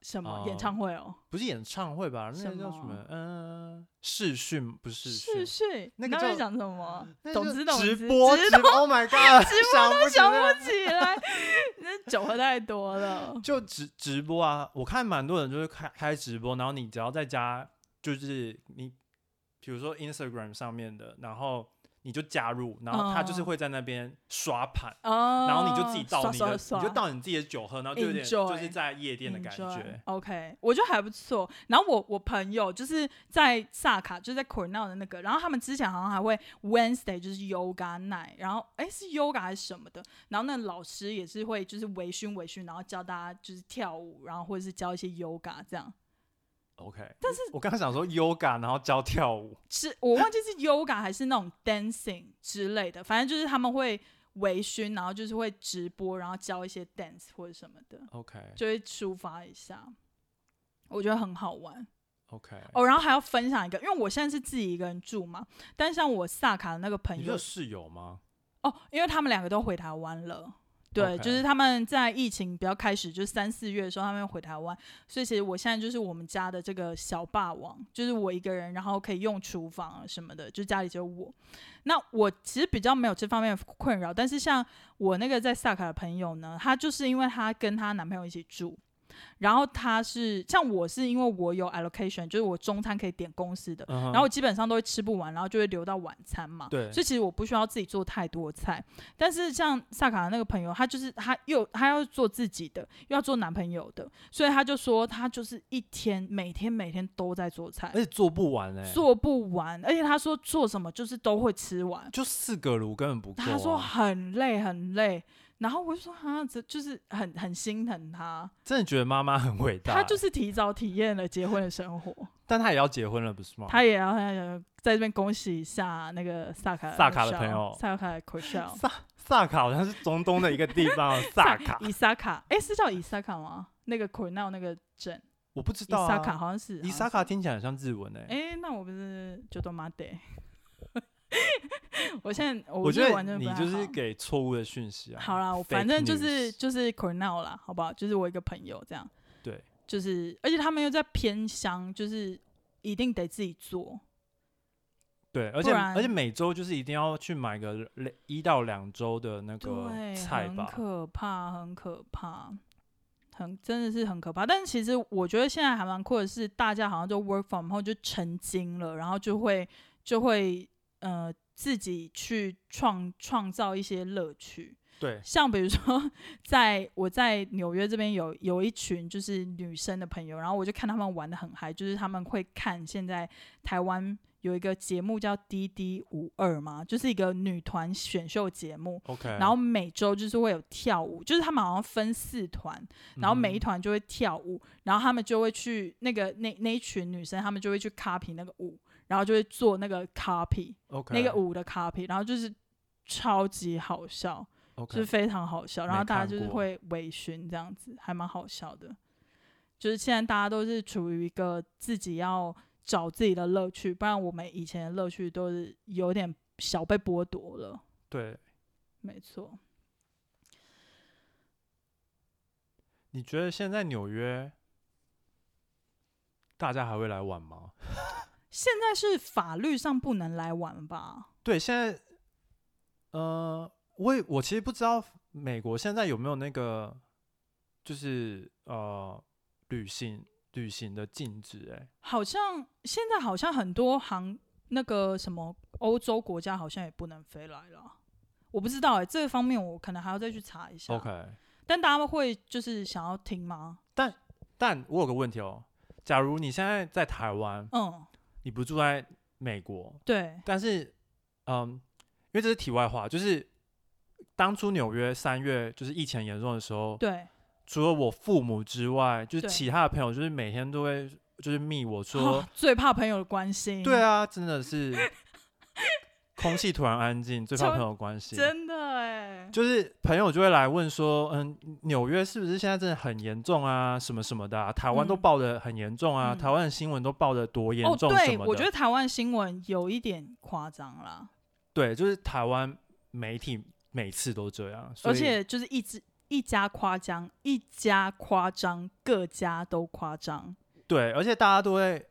Speaker 2: 什么、
Speaker 1: 呃
Speaker 2: 演唱会哦，
Speaker 1: 不不是演唱会吧？那
Speaker 2: 什
Speaker 1: 个叫什
Speaker 2: 么
Speaker 1: 么？嗯，视讯不是
Speaker 2: 是
Speaker 1: 视讯，
Speaker 2: 是，
Speaker 1: 那
Speaker 2: 你
Speaker 1: 个
Speaker 2: 在
Speaker 1: 叫
Speaker 2: 讲什么？
Speaker 1: 那
Speaker 2: 懂
Speaker 1: 就
Speaker 2: 之懂
Speaker 1: 直
Speaker 2: 之
Speaker 1: 播
Speaker 2: 直
Speaker 1: 直播，Oh my god，
Speaker 2: 直
Speaker 1: 想不起
Speaker 2: 想
Speaker 1: 来
Speaker 2: 不起来， 那酒喝太多了。
Speaker 1: 就直直播啊，我看蛮多人就是开开直播，然后你只要在家，就是你比如说 Instagram 上面的，然后你就加入，然后他就是
Speaker 2: 嗯
Speaker 1: 会在那边刷盘，
Speaker 2: 哦，
Speaker 1: 然后你就自己倒你的，
Speaker 2: 刷刷
Speaker 1: 你
Speaker 2: 刷
Speaker 1: 就倒你自己的酒喝，然后就有点
Speaker 2: Enjoy
Speaker 1: 就是在夜店的感
Speaker 2: Enjoy
Speaker 1: 觉。
Speaker 2: OK，我觉得还不错。然后我我朋友就是在萨卡，就是在 Cornell 的那个，然后他们之前好像还会 Wednesday 就是 Yoga Night，然后哎是 Yoga 还是什么的，然后那老师也是会就是微醺微醺，然后教大家就是跳舞，然后或者是教一些 Yoga 这样。
Speaker 1: OK，但是我刚刚想说 yoga，然后教跳舞，
Speaker 2: 是我忘记是 Yoga 还是那种 dancing 之类的，反正就是他们会微醺，然后就是会直播，然后教一些 dance 或者什么的，
Speaker 1: OK
Speaker 2: 就会抒发一下。我觉得很好玩。
Speaker 1: OK，、
Speaker 2: 哦，然后还要分享一个，因为我现在是自己一个人住嘛，但像我萨卡的那个朋
Speaker 1: 你这
Speaker 2: 友
Speaker 1: 有室友吗？
Speaker 2: 哦，因为他们两个都回台湾了。对
Speaker 1: OK
Speaker 2: 就是他们在疫情比较开始，就是三四月的时候，他们回台湾，所以其实我现在就是我们家的这个小霸王，就是我一个人，然后可以用厨房啊什么的，就家里只有我。那我其实比较没有这方面的困扰，但是像我那个在萨卡的朋友呢，她就是因为她跟她男朋友一起住，然后她是像我是因为我有 allocation，就是我中餐可以点公司的，
Speaker 1: 嗯哼
Speaker 2: 然后我基本上都会吃不完，然后就会留到晚餐嘛。
Speaker 1: 对
Speaker 2: 所以其实我不需要自己做太多菜。但是像萨卡的那个朋友，他就是他又他要做自己的，又要做男朋友的，所以他就说他就是一天每天每天都在做菜
Speaker 1: 而，且做不完哎、
Speaker 2: 做不完，而且他说做什么就是都会吃完。
Speaker 1: 就四个炉根本不够、啊。
Speaker 2: 他说很累很累，然后我就说啊，这就是很很心疼他，
Speaker 1: 真的觉得妈妈很伟大欸、
Speaker 2: 他就是提早体验了结婚的生活。
Speaker 1: 但他也要结婚了，不是吗？
Speaker 2: 他也要呃在这边恭喜一下那个萨卡
Speaker 1: 萨卡的
Speaker 2: Michelle，
Speaker 1: 朋友
Speaker 2: 萨卡的 Michelle
Speaker 1: 萨萨卡好像是中东的一个地方， 萨卡
Speaker 2: 伊萨卡，哎，是叫伊萨卡吗？那个 Cornell 那个镇，
Speaker 1: 我不知
Speaker 2: 伊
Speaker 1: 道、
Speaker 2: 萨卡
Speaker 1: 啊。
Speaker 2: 好像是。
Speaker 1: 伊萨卡听起来很像日文诶、欸
Speaker 2: 哎，诶那我不是就都妈得。 我现在我
Speaker 1: 我觉
Speaker 2: 日文
Speaker 1: 得
Speaker 2: 真的
Speaker 1: 你
Speaker 2: 不太
Speaker 1: 就是
Speaker 2: 好
Speaker 1: 给错误的讯息啊。
Speaker 2: 好啦，我
Speaker 1: fake
Speaker 2: 反正就是
Speaker 1: news
Speaker 2: 就是 Cornell 啦，好不好？就是我一个朋友这样，
Speaker 1: 对，
Speaker 2: 就是而且他们又在偏乡，就是一定得自己做，
Speaker 1: 对，而
Speaker 2: 不
Speaker 1: 且
Speaker 2: 然
Speaker 1: 而且每周就是一定要去买个两一到两周的那个
Speaker 2: 对，
Speaker 1: 菜
Speaker 2: 很
Speaker 1: 吧。
Speaker 2: 可怕，很可怕，很真的是很可怕。但是其实我觉得现在还蛮酷的是，大家好像就 work from home 就成精了，然后就会就会呃自己去创创造一些乐趣。
Speaker 1: 对，
Speaker 2: 像比如说在，我在纽约这边有有一群就是女生的朋友，然后我就看他们玩的很嗨，就是他们会看现在台湾有一个节目叫《D D 五二》嘛，就是一个女团选秀节目，
Speaker 1: OK。
Speaker 2: 然后每周就是会有跳舞，就是他们好像分四团，然后每一
Speaker 1: 嗯
Speaker 2: 团就会跳舞，然后他们就会去那个那那一群女生，他们就会去 copy 那个舞，然后就会做那个 copy
Speaker 1: OK
Speaker 2: 那个舞的 copy，然后就是超级好笑，就是
Speaker 1: OK
Speaker 2: 非常好笑，然
Speaker 1: 没
Speaker 2: 后大家
Speaker 1: 看
Speaker 2: 就是
Speaker 1: 过
Speaker 2: 会微醺这样子，还蛮好笑的。就是现在大家都是处于一个自己要找自己的乐趣，不然我们以前的乐趣都是有点小被剥夺了。
Speaker 1: 对，
Speaker 2: 没错，
Speaker 1: 你觉得现在纽约大家还会来玩吗？
Speaker 2: 现在是法律上不能来玩吧？
Speaker 1: 对，现在，呃，我也我其实不知道美国现在有没有那个，就是呃，旅行旅行的禁止、欸，哎，
Speaker 2: 好像现在好像很多航那个什么欧洲国家好像也不能飞来了，我不知道哎、这方面我可能还要再去查一下。
Speaker 1: OK，
Speaker 2: 但大家会就是想要听吗？
Speaker 1: 但我有个问题哦，假如你现在在台湾，
Speaker 2: 嗯，
Speaker 1: 你不住在美国，
Speaker 2: 对，
Speaker 1: 但是，嗯，因为这是题外话，就是当初纽约三月就是疫情严重的时候，
Speaker 2: 对，
Speaker 1: 除了我父母之外，就是
Speaker 2: 对
Speaker 1: 其他的朋友，就是每天都会就是密我说
Speaker 2: 哦，最怕朋友的关心，
Speaker 1: 对，啊，真的 是空气突然安静，最怕
Speaker 2: 超
Speaker 1: 朋友关系。
Speaker 2: 真的哎、
Speaker 1: 就是朋友就会来问说，嗯，纽约是不是现在真的很严重啊，什么什么的、啊，台湾都
Speaker 2: 嗯
Speaker 1: 报的很严重啊，
Speaker 2: 嗯
Speaker 1: 台湾的新闻都报的多严
Speaker 2: 哦，
Speaker 1: 重什
Speaker 2: 对，
Speaker 1: 么的。
Speaker 2: 我觉得台湾新闻有一点夸张啦，
Speaker 1: 对，就是台湾媒体每次都这样，所
Speaker 2: 而
Speaker 1: 以
Speaker 2: 且就是一直一家夸张，一家夸张，各家都夸张。
Speaker 1: 对，而且大家都会，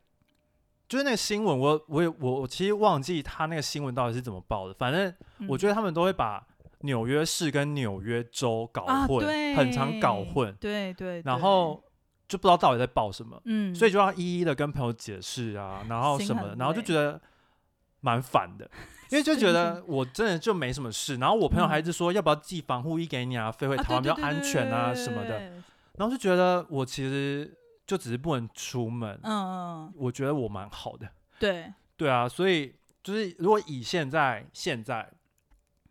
Speaker 1: 就是那个新闻，我我也我我其实忘记他那个新闻到底是怎么报的，反正我觉
Speaker 2: 得
Speaker 1: 得他们都会把纽约市跟纽约州搞
Speaker 2: 啊，
Speaker 1: 混，
Speaker 2: 对，
Speaker 1: 很常搞混，
Speaker 2: 对对
Speaker 1: 然后就不知道到底在报什么，
Speaker 2: 嗯，
Speaker 1: 所以就要一一的跟朋友解释啊，然后
Speaker 2: 心
Speaker 1: 什么
Speaker 2: 很
Speaker 1: 的，然后就
Speaker 2: 累
Speaker 1: 觉得蛮烦 的。因为就觉
Speaker 2: 心
Speaker 1: 得我真的就没什么事，然后我朋友还
Speaker 2: 嗯
Speaker 1: 一直说要不要寄防护衣给你啊，飞回
Speaker 2: 啊
Speaker 1: 台湾比较
Speaker 2: 对对
Speaker 1: 安
Speaker 2: 对
Speaker 1: 全啊
Speaker 2: 对
Speaker 1: 什么的
Speaker 2: 对。对
Speaker 1: 然后就觉得我其实就只是不能出门，
Speaker 2: 嗯，嗯
Speaker 1: 我觉得我蛮好的。
Speaker 2: 对，
Speaker 1: 对啊，所以就是如果以现在现在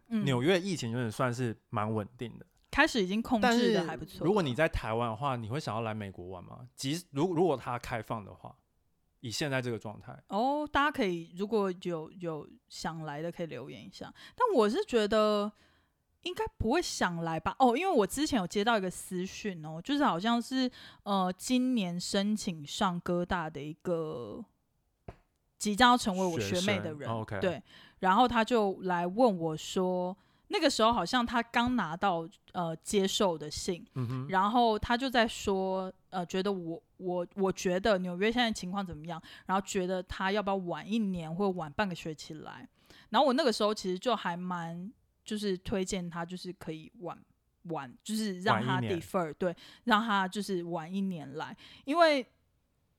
Speaker 2: 嗯，
Speaker 1: 纽约疫情有点算是蛮稳定的，
Speaker 2: 开始已经控
Speaker 1: 但
Speaker 2: 制
Speaker 1: 是
Speaker 2: 的还不错了。嗯
Speaker 1: 如果你在台湾的话，你会想要来美国玩吗？即如如果它开放的话，以现在这个状态，
Speaker 2: 哦，大家可以如果有有想来的可以留言一下，但我是觉得应该不会想来吧？哦，因为我之前有接到一个私讯哦，就是好像是呃今年申请上哥大的一个即将要成为我
Speaker 1: 学
Speaker 2: 学妹的
Speaker 1: 生
Speaker 2: 人，
Speaker 1: 哦，OK
Speaker 2: 对，然后他就来问我说，那个时候好像他刚拿到呃接受的信，
Speaker 1: 嗯哼，
Speaker 2: 然后他就在说，呃，觉得我我我觉得纽约现在情况怎么样，然后觉得他要不要晚一年或晚半个学期来，然后我那个时候其实就还蛮就是推荐他就是可以晚晚，就是让
Speaker 1: 晚一
Speaker 2: 他
Speaker 1: 年
Speaker 2: defer 对，让他就是晚一年来，因为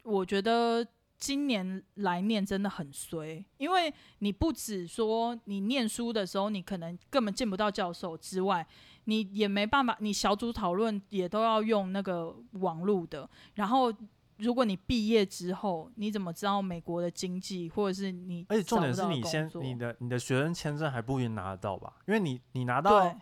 Speaker 2: 我觉得今年来念真的很衰，因为你不止说你念书的时候，你可能根本见不到教授之外，你也没办法，你小组讨论也都要用那个网络的。然后，如果你毕业之后，你怎么知道美国的经济，或者是你
Speaker 1: 而且哎重
Speaker 2: 找
Speaker 1: 点
Speaker 2: 不
Speaker 1: 是
Speaker 2: 到的
Speaker 1: 你
Speaker 2: 工
Speaker 1: 先
Speaker 2: 作
Speaker 1: 你的你的学生签证还不一定拿得到吧？因为你你拿
Speaker 2: 对
Speaker 1: 到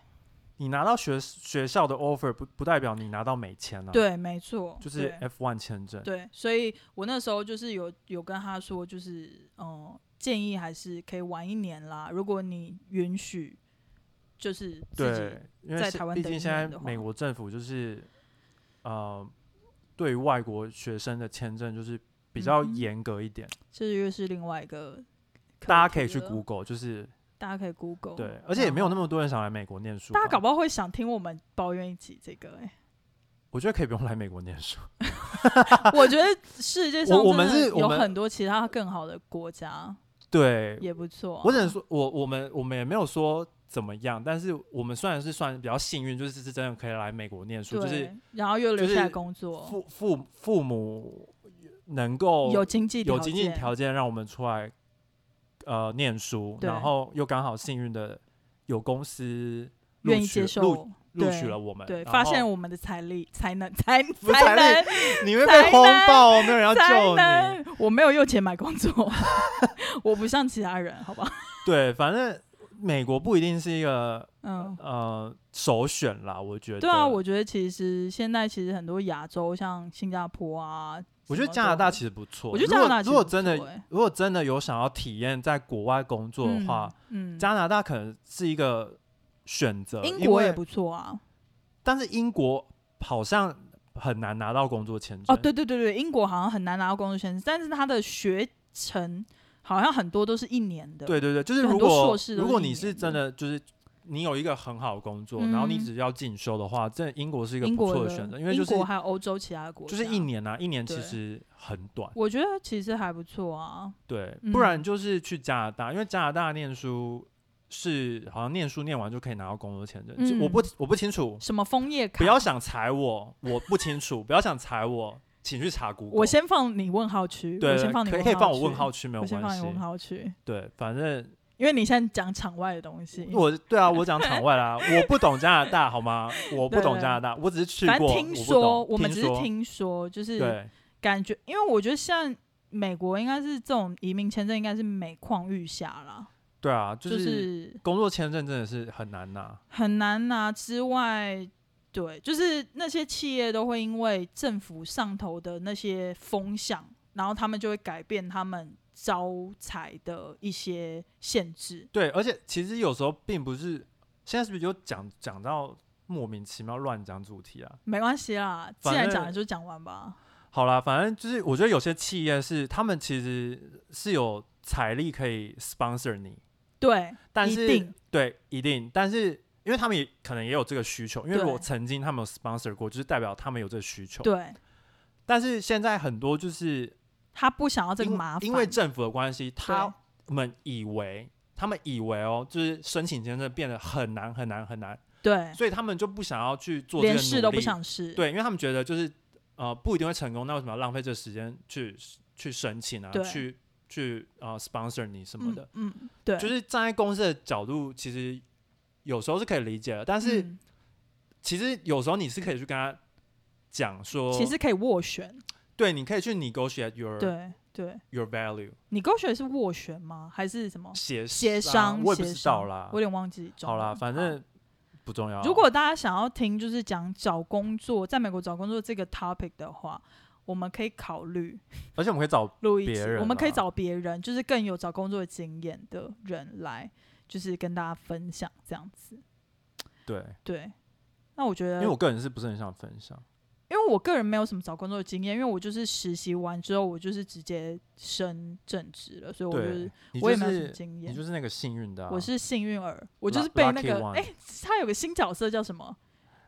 Speaker 1: 你拿到学学校的 offer 不不代表你拿到美签啊，，
Speaker 2: 对，没错，
Speaker 1: 就是
Speaker 2: 对
Speaker 1: F one 签证，
Speaker 2: 对，所以我那时候就是有有跟他说，就是嗯，建议还是可以晚一年啦，如果你允许，就是自己
Speaker 1: 对，因为
Speaker 2: 在
Speaker 1: 是
Speaker 2: 台湾
Speaker 1: 毕
Speaker 2: 等一
Speaker 1: 竟现
Speaker 2: 年
Speaker 1: 在
Speaker 2: 的
Speaker 1: 美
Speaker 2: 话
Speaker 1: 国政府就是呃，对外国学生的签证就是比较
Speaker 2: 嗯哼
Speaker 1: 严格一点，
Speaker 2: 这又是另外一个课题了，
Speaker 1: 大家可以去 Google，就是
Speaker 2: 大家可以 Google，
Speaker 1: 对，而且也没有那
Speaker 2: 么。
Speaker 1: 么多人想来美国念书吧，
Speaker 2: 哦大家搞不好会想听我们抱怨一起这个、欸，
Speaker 1: 我觉得可以不用来美国念书，
Speaker 2: 我觉得世界上
Speaker 1: 我我们
Speaker 2: 真的
Speaker 1: 是我
Speaker 2: 有
Speaker 1: 们
Speaker 2: 很多其他更好的国家，
Speaker 1: 对
Speaker 2: 也不错啊、
Speaker 1: 我只能说，我我们我们也没有说怎么样，但是我们虽然是算比较幸运，就是是真的可以来美国念书，
Speaker 2: 对，
Speaker 1: 就是
Speaker 2: 然后又留
Speaker 1: 就是
Speaker 2: 下来工作，
Speaker 1: 父父父母能够
Speaker 2: 有经济
Speaker 1: 有经济
Speaker 2: 件
Speaker 1: 条件让我们出来呃念书，
Speaker 2: 对
Speaker 1: 然后又刚好幸运的有公司录
Speaker 2: 愿意
Speaker 1: 取
Speaker 2: 接
Speaker 1: 录
Speaker 2: 受，
Speaker 1: 录
Speaker 2: 对
Speaker 1: 取了我们，
Speaker 2: 对，
Speaker 1: 然
Speaker 2: 发
Speaker 1: 后
Speaker 2: 现我们的财力、才能、才才
Speaker 1: 是财力
Speaker 2: 能、
Speaker 1: 你会
Speaker 2: 才
Speaker 1: 被轰
Speaker 2: 能
Speaker 1: 爆，没有人要救
Speaker 2: 才
Speaker 1: 你。
Speaker 2: 能，我没有用钱买工作， 我不像其他人，好吧？
Speaker 1: 对，反正美国不一定是一个
Speaker 2: 嗯，
Speaker 1: 呃首选啦，我觉得。
Speaker 2: 对啊，我觉得其实现在其实很多亚洲，像新加坡啊，
Speaker 1: 我觉
Speaker 2: 什
Speaker 1: 得
Speaker 2: 么
Speaker 1: 加拿
Speaker 2: 都
Speaker 1: 大
Speaker 2: 很
Speaker 1: 其实不错。
Speaker 2: 我觉
Speaker 1: 如
Speaker 2: 得加拿
Speaker 1: 果
Speaker 2: 大其
Speaker 1: 如
Speaker 2: 实
Speaker 1: 果
Speaker 2: 不
Speaker 1: 真的
Speaker 2: 错欸
Speaker 1: 如果真的有想要体验在国外工作的话，，
Speaker 2: 嗯，嗯
Speaker 1: 加拿大可能是一个选择。
Speaker 2: 英
Speaker 1: 因
Speaker 2: 国
Speaker 1: 为
Speaker 2: 也不错啊，
Speaker 1: 但是英国好像很难拿到工作签证。
Speaker 2: 哦，对对对对，英国好像很难拿到工作签证，但是它的学程好像很多都是一年的。
Speaker 1: 对对对，就是
Speaker 2: 有
Speaker 1: 如
Speaker 2: 很多
Speaker 1: 果
Speaker 2: 硕士都
Speaker 1: 如果
Speaker 2: 是一
Speaker 1: 你是
Speaker 2: 年
Speaker 1: 真的就是你有一个很好的工作，然后你
Speaker 2: 嗯
Speaker 1: 只要进修的话，这英国是一个
Speaker 2: 英
Speaker 1: 不
Speaker 2: 国
Speaker 1: 错的
Speaker 2: 的
Speaker 1: 选择，因为就是
Speaker 2: 英国还有欧洲其他国
Speaker 1: 就
Speaker 2: 家，
Speaker 1: 是一，年啊，一年其
Speaker 2: 对
Speaker 1: 实很短，
Speaker 2: 我觉得其实还不错啊。
Speaker 1: 对，
Speaker 2: 嗯
Speaker 1: 不然就是去加拿大，因为加拿大念书是好像念书念完就可以拿到工作签证，就我不我不清楚，
Speaker 2: 什么枫嗯叶卡？
Speaker 1: 不要想踩我，我不清楚，不要想踩我，请去查 Google。
Speaker 2: 我先放你问号区，
Speaker 1: 对
Speaker 2: 我先放你
Speaker 1: 可以可以放我问
Speaker 2: 问
Speaker 1: 号
Speaker 2: 区，
Speaker 1: 区没有
Speaker 2: 我先
Speaker 1: 关
Speaker 2: 放
Speaker 1: 系
Speaker 2: 你，问号区，
Speaker 1: 对，反正
Speaker 2: 因为你现在讲场外的东西，
Speaker 1: 我对 啊，我讲场外啦，我不懂加拿大好吗？我不
Speaker 2: 对
Speaker 1: 懂
Speaker 2: 对
Speaker 1: 加拿大，我只是去
Speaker 2: 反正
Speaker 1: 过，
Speaker 2: 听
Speaker 1: 我不
Speaker 2: 说，
Speaker 1: 懂
Speaker 2: 我们只是
Speaker 1: 说
Speaker 2: 听说，就是
Speaker 1: 对
Speaker 2: 感觉，因为我觉得像美国应该是这种移民签证应该是每况愈下啦，
Speaker 1: 对啊，
Speaker 2: 就是是
Speaker 1: 工作签证真的是很难拿，
Speaker 2: 很难拿之外，对，就是那些企业都会因为政府上头的那些风向，然后他们就会改变他们招财的一些限制。
Speaker 1: 对，而且其实有时候并不是，现在是不是有讲讲到莫名其妙乱讲主题啊？
Speaker 2: 没关系啦，既
Speaker 1: 反
Speaker 2: 然
Speaker 1: 正
Speaker 2: 讲了就讲完吧。
Speaker 1: 好啦，反正就是我觉得有些企业是他们其实是有财力可以 sponsor 你，
Speaker 2: 对，
Speaker 1: 但
Speaker 2: 一
Speaker 1: 是
Speaker 2: 定
Speaker 1: 对一定，但是因为他们也可能也有这个需求，因为如果
Speaker 2: 对
Speaker 1: 曾经他们有 sponsor 过，就是代表他们有这个需求。
Speaker 2: 对，
Speaker 1: 但是现在很多就是
Speaker 2: 他不想要这个
Speaker 1: 因
Speaker 2: 麻烦，
Speaker 1: 因为政府的关系，他
Speaker 2: 对
Speaker 1: 们以为他们以为哦，就是申请签证变得很难很难很难，
Speaker 2: 对，
Speaker 1: 所以他们就不想要去做这
Speaker 2: 连
Speaker 1: 个
Speaker 2: 试
Speaker 1: 努
Speaker 2: 都不
Speaker 1: 力
Speaker 2: 想试。
Speaker 1: 对，因为他们觉得就是呃不一定会成功，那为什么要浪费这时间去去申请啊
Speaker 2: 对，
Speaker 1: 去去呃 sponsor 你什么
Speaker 2: 嗯
Speaker 1: 的？
Speaker 2: 嗯，对，
Speaker 1: 就是站在公司的角度，其实有时候是可以理解的，但是
Speaker 2: 嗯
Speaker 1: 其实有时候你是可以去跟他讲说，
Speaker 2: 其实可以斡旋。
Speaker 1: 对，你可以去 negotiate your
Speaker 2: 对对，
Speaker 1: your value
Speaker 2: 你勾选是斡旋吗？还是什么？
Speaker 1: 协
Speaker 2: 协
Speaker 1: 商，
Speaker 2: 商，
Speaker 1: 啊我也不
Speaker 2: 协
Speaker 1: 知道
Speaker 2: 商
Speaker 1: 啦
Speaker 2: 我有。点忘记中
Speaker 1: 好
Speaker 2: 文
Speaker 1: 啦，反正不重要。
Speaker 2: 如果大家想要听就是讲找工作，在美国找工作这个 topic 的话，我们可以考虑
Speaker 1: 而且我们可以找
Speaker 2: 录一
Speaker 1: 别
Speaker 2: 集
Speaker 1: 人，
Speaker 2: 我们可以
Speaker 1: 啊
Speaker 2: 找别人，就是更有找工作经验的人来，就是跟大家分享这样子。
Speaker 1: 对，
Speaker 2: 对，那我觉得，
Speaker 1: 因为我个人是不是很想分享？
Speaker 2: 因为我个人没有什么找工作的经验，因为我就是实习完之后，我就是直接升正职了，所以我就是、
Speaker 1: 对，你就
Speaker 2: 我也没有什么
Speaker 1: 是
Speaker 2: 经验。
Speaker 1: 你就是那个幸运的啊。
Speaker 2: 我是幸运儿，我就
Speaker 1: Lu-
Speaker 2: 是被那
Speaker 1: lucky
Speaker 2: 个
Speaker 1: one
Speaker 2: 哎、他有个新角色叫什么？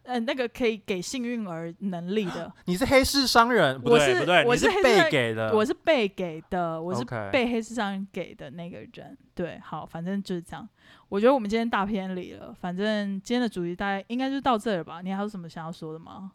Speaker 2: 呃，那个可以给幸运儿能力的，
Speaker 1: 你是黑市商人，不
Speaker 2: 我
Speaker 1: 对
Speaker 2: 是
Speaker 1: 不对，
Speaker 2: 我
Speaker 1: 你
Speaker 2: 是黑市商
Speaker 1: 被
Speaker 2: 人
Speaker 1: 给的，
Speaker 2: 我是被给的，我是
Speaker 1: 呃 OK
Speaker 2: 被黑市上人给的那个人。对，好，反正就是这样。我觉得我们今天大偏离了，反正今天的主题大概应该就到这了吧？你还有什么想要说的吗？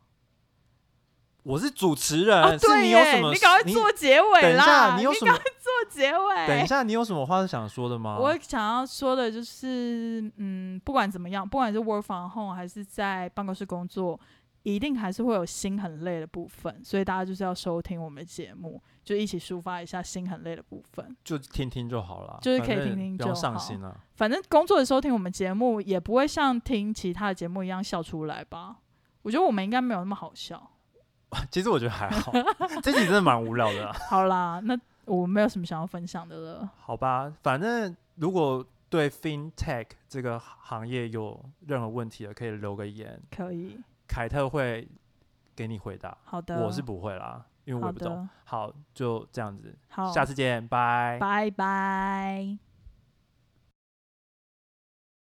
Speaker 1: 我是主持人，
Speaker 2: 啊，
Speaker 1: 呃是
Speaker 2: 对
Speaker 1: 你有
Speaker 2: 耶，
Speaker 1: 什么？
Speaker 2: 你赶快做结尾
Speaker 1: 等一
Speaker 2: 啦！
Speaker 1: 下，
Speaker 2: 你
Speaker 1: 有
Speaker 2: 赶
Speaker 1: 什
Speaker 2: 快
Speaker 1: 么？
Speaker 2: 做结尾？
Speaker 1: 等一下，你有什么话是想说的吗？
Speaker 2: 我想要说的就是，嗯，不管怎么样，不管是 work from home 还是在办公室工作，一定还是会有心很累的部分，所以大家就是要收听我们的节目，就一起抒发一下心很累的部分。
Speaker 1: 就听听就好了，
Speaker 2: 就是可
Speaker 1: 反
Speaker 2: 以
Speaker 1: 正
Speaker 2: 听听
Speaker 1: 不用
Speaker 2: 就
Speaker 1: 上
Speaker 2: 好
Speaker 1: 心了。
Speaker 2: 反正工作的时候听我们节目，也不会像听其他的节目一样笑出来吧？我觉得我们应该没有那么好笑。
Speaker 1: 其实我觉得还 好，这集真的蛮无聊的啊。
Speaker 2: 好啦，那我没有什么想要分享的了。
Speaker 1: 好吧，反正如果对 FinTech 这个行业有任何问题的，可以留个言，
Speaker 2: 可以，
Speaker 1: 凯特会给你回答。
Speaker 2: 好的，
Speaker 1: 我是不会啦，因为我
Speaker 2: 好
Speaker 1: 也不懂。
Speaker 2: 的，
Speaker 1: 好，就这样子，
Speaker 2: 好，
Speaker 1: 下次见，拜。
Speaker 2: 拜拜。